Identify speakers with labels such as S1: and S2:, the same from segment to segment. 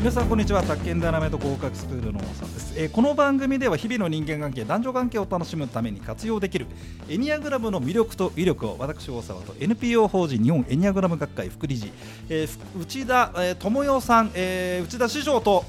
S1: 皆さんこんにちは宅建ダイナメイト合格スクールの大さんです、えーこの番組では日々の人間関係男女関係を楽しむために活用できるエニアグラムの魅力と威力を私大沢と NPO 法人日本エニアグラム学会副理事、えーふ内田、えー、智代さん、えー内田師匠と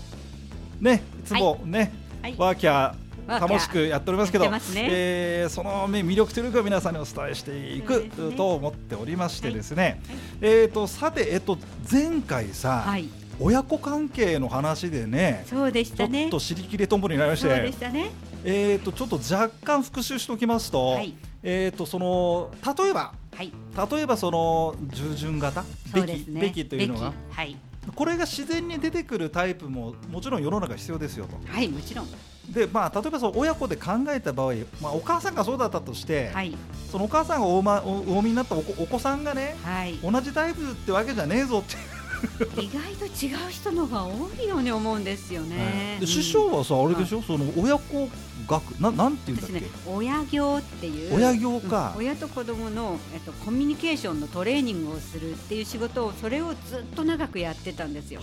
S1: ねいつもね、
S2: はい
S1: ワーキャ
S2: ワ
S1: ー
S2: ーキャー
S1: 楽しくやっておりますけ
S2: や
S1: ど
S2: ってますね
S1: えーそのね魅力というか皆さんにお伝えしてい
S2: そう
S1: く
S2: ですね
S1: と思っておりましてですね、
S2: はい
S1: えー、とさて、えっと、前回さ、
S2: はい、
S1: 親子関係の話でね
S2: そうでし
S1: ちょ
S2: たね。
S1: っと尻切れとんぼになりまし
S2: そうで
S1: て
S2: し、たね。
S1: えー、とちょっと若干復習しておきますと,、
S2: はい、
S1: えー、とその例えば
S2: はい、
S1: 例えばその従順型
S2: そ
S1: べ
S2: うで
S1: き
S2: すね。
S1: べきというのが
S2: べきはい、
S1: これが自然に出てくるタイプももちろん世の中必要ですよと
S2: はい、もちろん。
S1: で、まあ、例えばその親子で考えた場合、まあ、お母さんがそうだったとして、
S2: はい、そ
S1: そのお母さんがお,、ま、おお産みになったお子お子さんがね
S2: はい、意
S1: 同じタイプってわけじゃねえぞって
S2: 外と違う人の方が多いように思うんですよね。
S1: で師匠はさあれでしょ、その親子学ななんていうんだっ
S2: 私
S1: け、
S2: ね、親業っていう。
S1: 親業か
S2: うん親と子供の、えっと、コミュニケーションのトレーニングをするっていう仕事を、それをずっと長くやってたんですよ。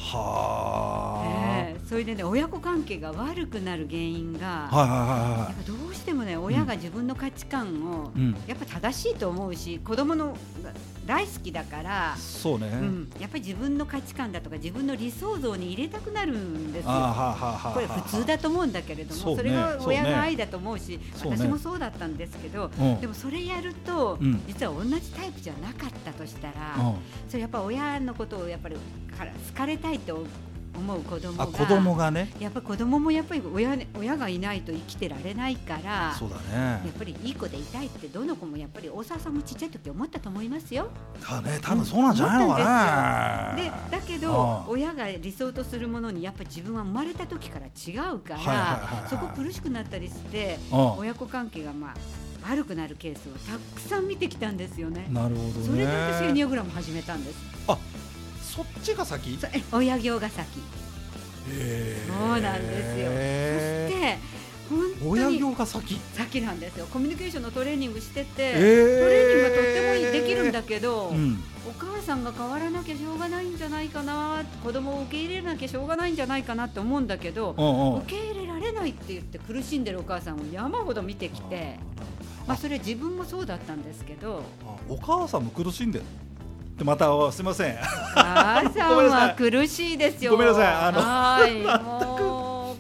S1: は
S2: ええそれでね、親子関係が悪くなる原因が。
S1: あ、はいはいはいは
S2: や
S1: い
S2: っぱどうしてもね、親が自分の価値観を。
S1: うん
S2: やっぱ正しいと思うし子供のが大好きだから、
S1: そうね、
S2: うん、やっぱり自分の価値観だとか自分の理想像に入れたくなるんです
S1: あ
S2: よ。
S1: あはあはあはあ
S2: これ普通だと思うんだけれども
S1: そ
S2: そ,、
S1: うね
S2: れが
S1: そうね
S2: 親の愛だと思うし
S1: そうね
S2: 私もそうだったんですけど、
S1: うん
S2: でもそれやると、
S1: うん
S2: 実は同じタイプじゃなかったとしたら、
S1: うん
S2: それやっぱ親のことをやっぱりから好かれたいと思う子供が
S1: あ子供がね
S2: やっぱ子供もやっぱり親に親がいないと生きてられないから
S1: そうだ
S2: や
S1: ね
S2: っぱりいい子でいたいってどの子もやっぱり大沢さんもちっちゃい時思ったと思いますよ。
S1: だね多分そうなんじゃないのか
S2: で
S1: ね、
S2: だけ
S1: あ
S2: ど
S1: あ
S2: 親が理想とするものにやっぱ自分は生まれた時から違う
S1: は
S2: か
S1: いはいはいは
S2: ら
S1: い
S2: そこ苦しくなったりして
S1: う
S2: 親子関係がまあ悪くなるケースをたくさん見てきたんですよね
S1: ん。なるほどね
S2: それで私エニアグラム始めたんです。
S1: そっちが先
S2: そえ親行が先。そうなんですよ
S1: へえ
S2: で本当
S1: 親
S2: に
S1: 業が先
S2: 先なんですよ。コミュニケーションのトレーニングしてて、
S1: え
S2: トレーニングがとってもできるんだけど。
S1: うん
S2: お母さんが変わらなきゃしょうがないんじゃないかな子供を受け入れなきゃしょうがないんじゃないかなって思うんだけど、
S1: うんうん
S2: 受け入れられないって言って苦しんでるお母さんを山ほど見てきてまあ、それ自分もそうだったんですけ ど
S1: あお母さんも苦しんでるでまたすみません
S2: お母さんは苦しいですよ。
S1: ごめんなさいあの
S2: はいもう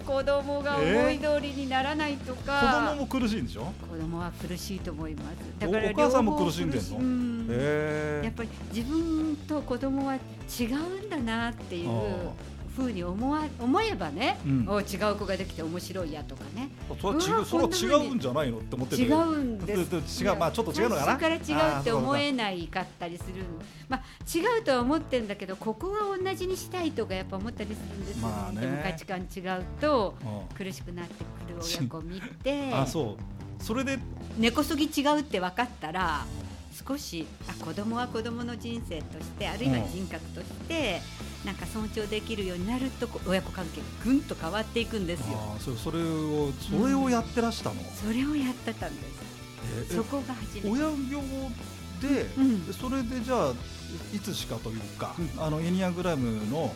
S2: 子供が思い通りにならないと
S1: 子供
S2: か、
S1: も苦しいんでしょ
S2: 子供は苦しいと思いま
S1: お
S2: す。
S1: お母さんも苦しんでんの
S2: 両方苦しうん
S1: へ
S2: やっぱり自分と子供は違うんだなっていうふうに思わ思えばね、
S1: うん
S2: お違う子ができて面白いやとかね
S1: それは違
S2: う
S1: う
S2: わ
S1: それは
S2: こんな風
S1: 違
S2: に
S1: うんじゃないのって思ってる
S2: 違うんで
S1: ちょっ
S2: す
S1: と違うまあちょっと違うのかな
S2: 最初から違うって思
S1: あ
S2: えないかったりするまあ違うとは思ってるんだけどここは同じにしたいとかやっぱ思ったりするんですよ、
S1: まあね
S2: でも価値観違うと
S1: ーそうか
S2: 苦しくなってくる親子を見て
S1: うんあそうそれで
S2: 根こそぎ違うって分かったら少しあ子供は子供の人生としてあるいは
S1: うん
S2: 人格として、なんか尊重できるようになるとこ親子関係がぐんと変わっていくんですよ。
S1: あーそうそれをそれをやってらしたの、
S2: それをやってたんです。
S1: え
S2: そこが初
S1: え
S2: めて。
S1: 親業で、
S2: うん
S1: それでじゃあいつしかというか、あのエニアグラムの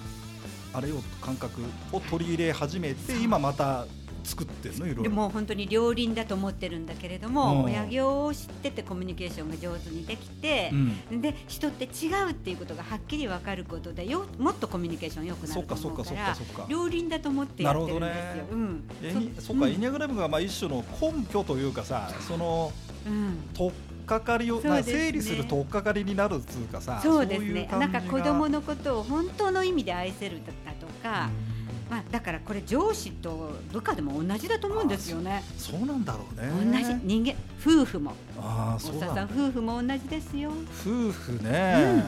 S1: あれを感覚を取り入れ始めて、
S2: そう
S1: 今また作ってるのいろい
S2: で
S1: ろ
S2: もう本当に両輪だと思ってるんだけれども、
S1: うん
S2: 親業を知っててコミュニケーションが上手にできて
S1: う、ん
S2: で人って違うっていうことがはっきり分かることでよもっとコミュニケーション良くな
S1: そっ
S2: ると
S1: かそっ
S2: 思
S1: か
S2: う
S1: そ
S2: か
S1: っからそっか
S2: 両輪だと思ってやってるんですよ。
S1: なるほど
S2: うん
S1: えにそっか、エニアグラムがまあ一種の根拠というかさその
S2: うんうん
S1: 取っかかりを、
S2: そう
S1: まあ
S2: ですね
S1: 整理する取っかかりになるっていうかさ
S2: そうですね
S1: そういう感じが
S2: なんか子供のことを本当の意味で愛せるだとか、まあ、だからこれ上司と部下でも同じだと思うんですよね
S1: そうなんだろうね
S2: 同じ人間夫婦も
S1: ああそ
S2: 大
S1: う
S2: 沢さ
S1: だ
S2: ん夫婦も同じですよ
S1: 夫婦ね、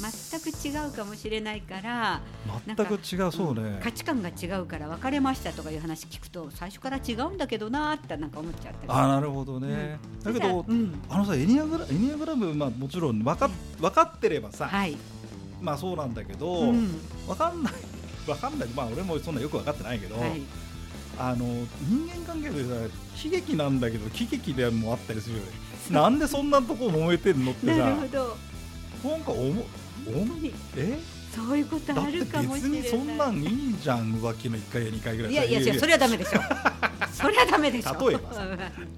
S2: 全く違うかもしれないから
S1: 全く違うそうね
S2: 価値観が違うから別れましたとかいう話聞くと最初から違うんだけどなーってなんか思っちゃって
S1: ああなるほどね、だけど、
S2: うん、
S1: あのさエニアグラエニアグラムまあもちろん分かっ分かってればさ、
S2: はい、
S1: まあそうなんだけど、
S2: うん
S1: 分かんない分かんないまあ俺もそんなよく分かってないけど、
S2: はい、
S1: あの人間関係でさ悲劇なんだけど喜劇でもあったりするよねなんでそんなとこ揉めてんのって
S2: な
S1: さ
S2: るほど
S1: なんか思う
S2: 本当に
S1: え
S2: そういうこと
S1: だっ
S2: あ
S1: て
S2: る
S1: 別
S2: かもしれない
S1: にそんなんいいじゃん浮気の1回や2回ぐらい
S2: いやいや違うそれはダメでしょそれはダメでしょ
S1: 例えばさ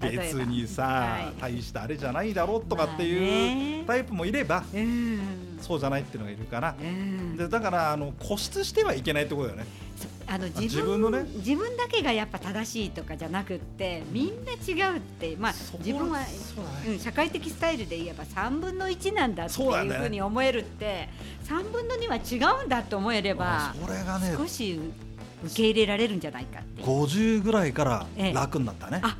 S2: 例えば
S1: 別にさ、
S2: はい
S1: 大したあれじゃないだろうとかってい
S2: まあね
S1: うタイプもいれば、
S2: うん
S1: そうじゃないっていうのがいるから
S2: う、ん
S1: でだからあの固執してはいけないってことだよね
S2: そあの自分
S1: 自分のね
S2: 自分だけがやっぱ正しいとかじゃなくってみんな違うってまあ
S1: そこ
S2: 自分は、
S1: そうだ
S2: う
S1: ね
S2: ん、社会的スタイルで言えば3分の1なんだって
S1: そうなん
S2: いう
S1: だよ
S2: ふ
S1: ね
S2: うに思えるって3分の2は違うんだと思えれば
S1: それがね
S2: 少し受け入れられるんじゃないかっていう
S1: 50ぐらいから楽になったね
S2: ええあ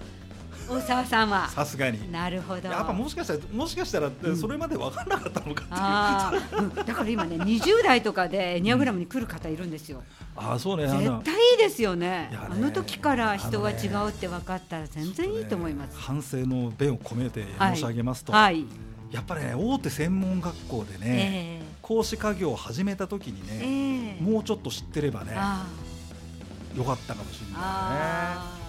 S2: 大沢さんは
S1: さすがに
S2: なるほど
S1: やっぱもしかしたらもしかしたら
S2: ん
S1: それまで分からなかったのかっていう、あ
S2: ああ、うんだから今ね、20代とかでエニアグラムに来る方いるんですよ。
S1: あそうねあ
S2: 絶
S1: の
S2: 対いいですよね。
S1: いやね
S2: あの時から人が違うって分かったら全然いいと思います。
S1: 反省の弁を込めて申し上げますと、
S2: はい。
S1: やっぱりね大手専門学校でね、
S2: え
S1: 講師家業を始めた時に
S2: え
S1: ね、
S2: ええ
S1: もうちょっと知ってればね
S2: あ
S1: よかったかもしれない
S2: あ
S1: ね
S2: あ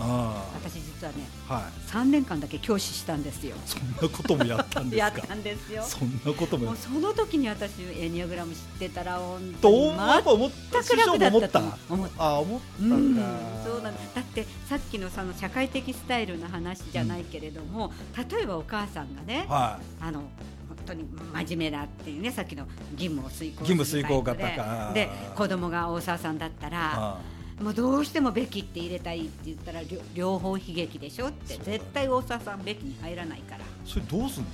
S2: あ、
S1: あ
S2: 私実はね、
S1: あはい
S2: 3年間だけ教師したんですよ。
S1: そんなこともやったんで
S2: や
S1: す
S2: っ
S1: か
S2: たんですよ。
S1: そんなことも
S2: も
S1: や
S2: うその時に私エニアグラム知ってたら本当
S1: と
S2: に
S1: やっぱ思った師
S2: 全く
S1: 匠も
S2: 楽だ
S1: 思
S2: っ
S1: ったた
S2: と思う。
S1: あ思った
S2: うんん
S1: だ、
S2: そうなんだだってさっきのその社会的スタイルの話じゃないけれども、例えばお母さんがね、
S1: はい
S2: あの本当に真面目だっていうねさっきの義務を遂行する
S1: 義務遂行型
S2: タイプ
S1: か
S2: でで子供が大沢さんだったら
S1: あ
S2: もうどうしても「べき」って入れたいって言ったら両両方悲劇でしょって
S1: そうだね
S2: 絶対大沢さん「べき」に入らないから
S1: それどうすんの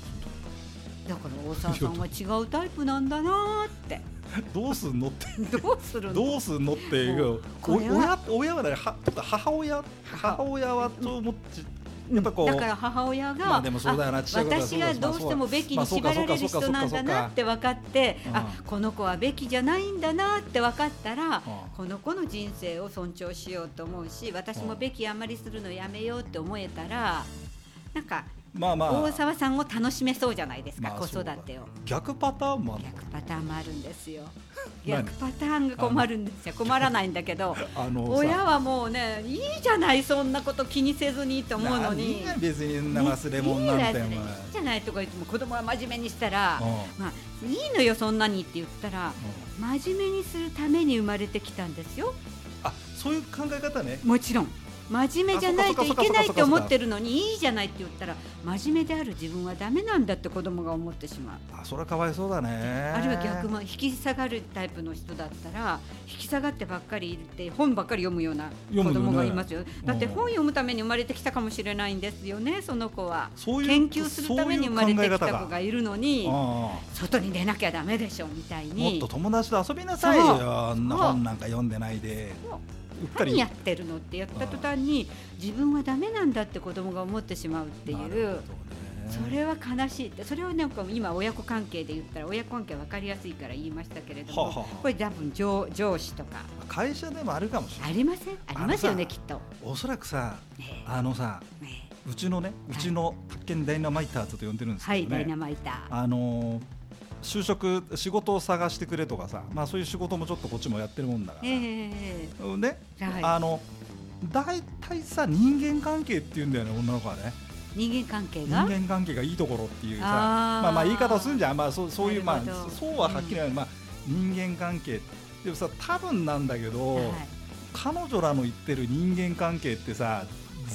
S2: だから大沢さんは違うタイプなんだなー って
S1: どうすんのって
S2: どうするの
S1: どうすんのっていうお
S2: これ
S1: 親
S2: は
S1: 親はねはちょっと母親母親はと思ってやっぱこう
S2: だから母親が、
S1: まあでもそうだよなちっちゃい頃はそ
S2: 私
S1: うだ
S2: が
S1: そうだ
S2: どうしてもべき
S1: まあ
S2: に
S1: そう
S2: 縛
S1: から
S2: れる
S1: そうか
S2: 人
S1: そうか
S2: な
S1: そうんか
S2: だなって分かって
S1: うん
S2: あこの子はべきじゃないんだなって分かったら
S1: う
S2: この子の人生を尊重しようと思うし私
S1: う
S2: も
S1: ん
S2: べきあんまりするのやめようって思えたらなんか
S1: まあま
S2: 大
S1: あ
S2: 沢さんを楽しめそうじゃないですか
S1: まあ
S2: 子育
S1: そう
S2: てを。
S1: 逆パターンもある
S2: 逆パターンもあるんですよ。
S1: 何
S2: 逆パターンが困るんです よ。困らないんだけど、
S1: あのさ
S2: 親はもうね、いいじゃない、そんなこと気にせずにと思うのに。
S1: 何が別にんな忘れ物なんてお
S2: いい
S1: 前
S2: いいじゃないとか言っても子供は真面目にしたら、
S1: うんうん
S2: まあ、いいのよそんなにって言ったら真面目にするために生まれてきたんですよ
S1: あそういう考え方ね
S2: もちろん真面目じゃないと
S1: あそ
S2: い
S1: っかそっ
S2: け
S1: か
S2: ないと思ってるのにいいじゃないって言ったら真面目である自分はダメなんだって子供が思ってしまう。
S1: あそれはかわいそうだね
S2: あ
S1: あ
S2: るいは逆も引き下がるタイプの人だったら引き下がってばっかりいて本ばっかり読むような子
S1: 読むよね
S2: 供がいますよだって
S1: うん
S2: 本読むために生まれてきたかもしれないんですよねその子は
S1: そういう
S2: 研究するために生まれてき
S1: そういう考え
S2: た
S1: 方
S2: 子
S1: が
S2: がいるのに
S1: うんうん
S2: 外に出なきゃダメでしょみたい
S1: もっ
S2: に
S1: と友達と遊びなさい
S2: そう
S1: よあんな
S2: そう
S1: 本なんか読んでないで
S2: そう
S1: うっか
S2: 何
S1: り
S2: やってるのってやった途端に自分はダメなんだって子供が思ってしまうってい
S1: なるほ
S2: う。
S1: ど
S2: そ
S1: ね
S2: れは悲しいってそれをなんか今親子関係で言ったら親子関係分かりやすいから言いましたけれども、
S1: はあはあはあ
S2: これ多分上上司とか
S1: 会社でもあるかもしれな
S2: あ
S1: い
S2: りませんありますよ
S1: あの
S2: ね
S1: さ
S2: きっと、
S1: おそらくさ
S2: ね
S1: あのさ
S2: ね
S1: うちのねうちの発見ダイナマイターズと呼んでるんです
S2: は
S1: け
S2: い、
S1: ど
S2: ダイナ
S1: ね
S2: マイター
S1: あのー就職仕事を探してくれとかさまあそういう仕事もちょっとこっちもやってるもんだからね
S2: えはい
S1: あの大体さ人間関係っていうんだよね女の子はね
S2: 人間関係
S1: 人
S2: が
S1: 間関係がいいところっていうさ
S2: あー
S1: まあまあ言い方するんじゃんまあそうそういうま
S2: な
S1: あ
S2: るほど
S1: そうははっきりない、まあ人間関係でもさ多分なんだけど、
S2: はい
S1: 彼女らの言ってる人間関係ってさ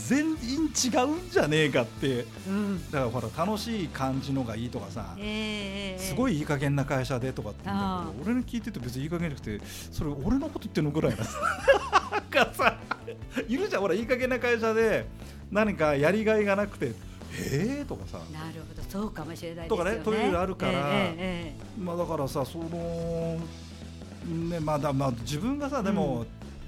S1: 全員違うんじゃねえかって
S2: うん
S1: だからほら楽しい感じのがいいとかさ、
S2: ええ
S1: すご
S2: い
S1: いいい加減な会社でとかって言うんだけど俺の聞いてて別にいい加減じゃなくてそれ俺のこと言ってんのぐらいななんかさいるじゃんほらいい加減な会社で何かやりがいがなくてえーとかさ、
S2: なるほどそうかもしれないです
S1: と
S2: よ
S1: か
S2: ね
S1: ねトイレあるから
S2: えええ
S1: まあ、だからさその、ねまあだまあ、自分がさでも、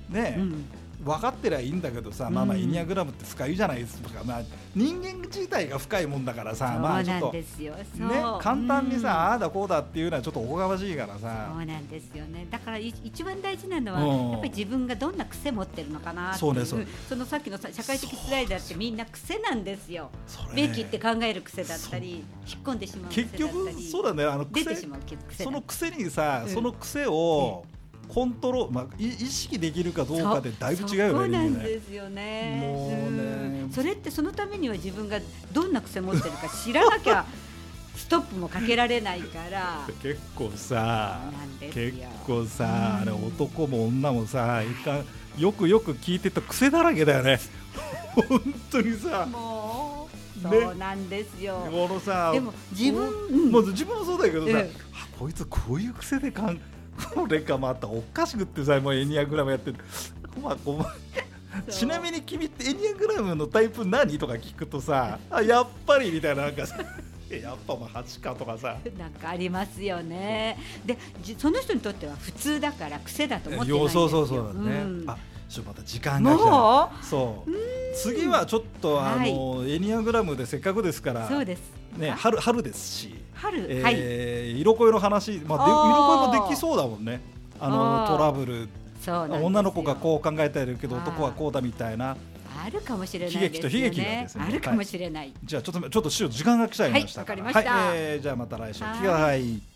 S1: ね
S2: えうん
S1: 分かってりゃいいんだけどさ、まあまあ
S2: うん
S1: エニアグラムって深いじゃないですか、まあ、人間自体が深いもんだからさ
S2: そう
S1: ま
S2: な
S1: あちょっ
S2: ん
S1: と、
S2: で
S1: ね、
S2: すよ、そう
S1: 簡単にさ、
S2: うん
S1: ああだこうだっていうのはちょっとおこがましいからさ
S2: そうなんですよねだからい一番大事なのは、
S1: うん
S2: やっぱり自分がどんな癖持ってるのかなってい
S1: そうねそう
S2: そのさっきのさ社会的スライダーってみんな癖なんですよ、
S1: それね
S2: べきって考える癖だったり引っ込んでしまう癖だっ
S1: 結
S2: たり
S1: 局そうだねあの
S2: 出
S1: 癖
S2: てしまう癖
S1: そ
S2: だ
S1: の癖にさ、
S2: うん
S1: その癖をコントロール、まあ、い意識できるかどうかでだいぶ違うよね
S2: そうそう
S1: 人
S2: な
S1: 間
S2: ん
S1: ね
S2: ですよね
S1: もうね
S2: んそれってそのためには自分がどんな癖持ってるか知らなきゃ一トップもかけられないから
S1: 結構さ
S2: なんですよ
S1: 結構さあれ
S2: うん
S1: 男も女もさ一貫よくよく聞いてた癖だらけだよね 本当にさ
S2: もう
S1: ね
S2: そうなんですよ、
S1: このさ
S2: でも自分、うん
S1: もう自分もそうだけどさ、
S2: ええ
S1: あこいつこういう癖でかんこれかまたおかしくってさもうエニアグラムやってるまあお前
S2: そう
S1: ちなみに君ってエニアグラムのタイプ何とか聞くとさあやっぱりみたいななんかさ やっぱまあ8かとかさ
S2: なんかありますよね。で、じその人にとっては普通だから癖だと思ってないん
S1: よ
S2: です
S1: そ
S2: よ。
S1: うそうそうだね、
S2: ん
S1: あちょっとまた時間が来た
S2: も
S1: そう次はちょっとあ
S2: はい
S1: の、エニアグラムでせっかくですから
S2: う、そうです。
S1: ね、春春ですし、
S2: 春、
S1: えー
S2: はい、
S1: 色恋の話、まあ、で
S2: あー
S1: 色恋もできそうだもんねあの
S2: あー
S1: トラブル
S2: そうなんですよ
S1: 女の子がこう考えたりけど
S2: あー
S1: 男はこうだみたいな
S2: あるかもしれない
S1: 悲劇と悲劇なんですね
S2: あるかもしれない。
S1: じゃあちょっとちょっと師匠時間が来ちゃいました
S2: はいわかりま
S1: は
S2: し
S1: い
S2: た
S1: えーじゃあまた来週お聞きください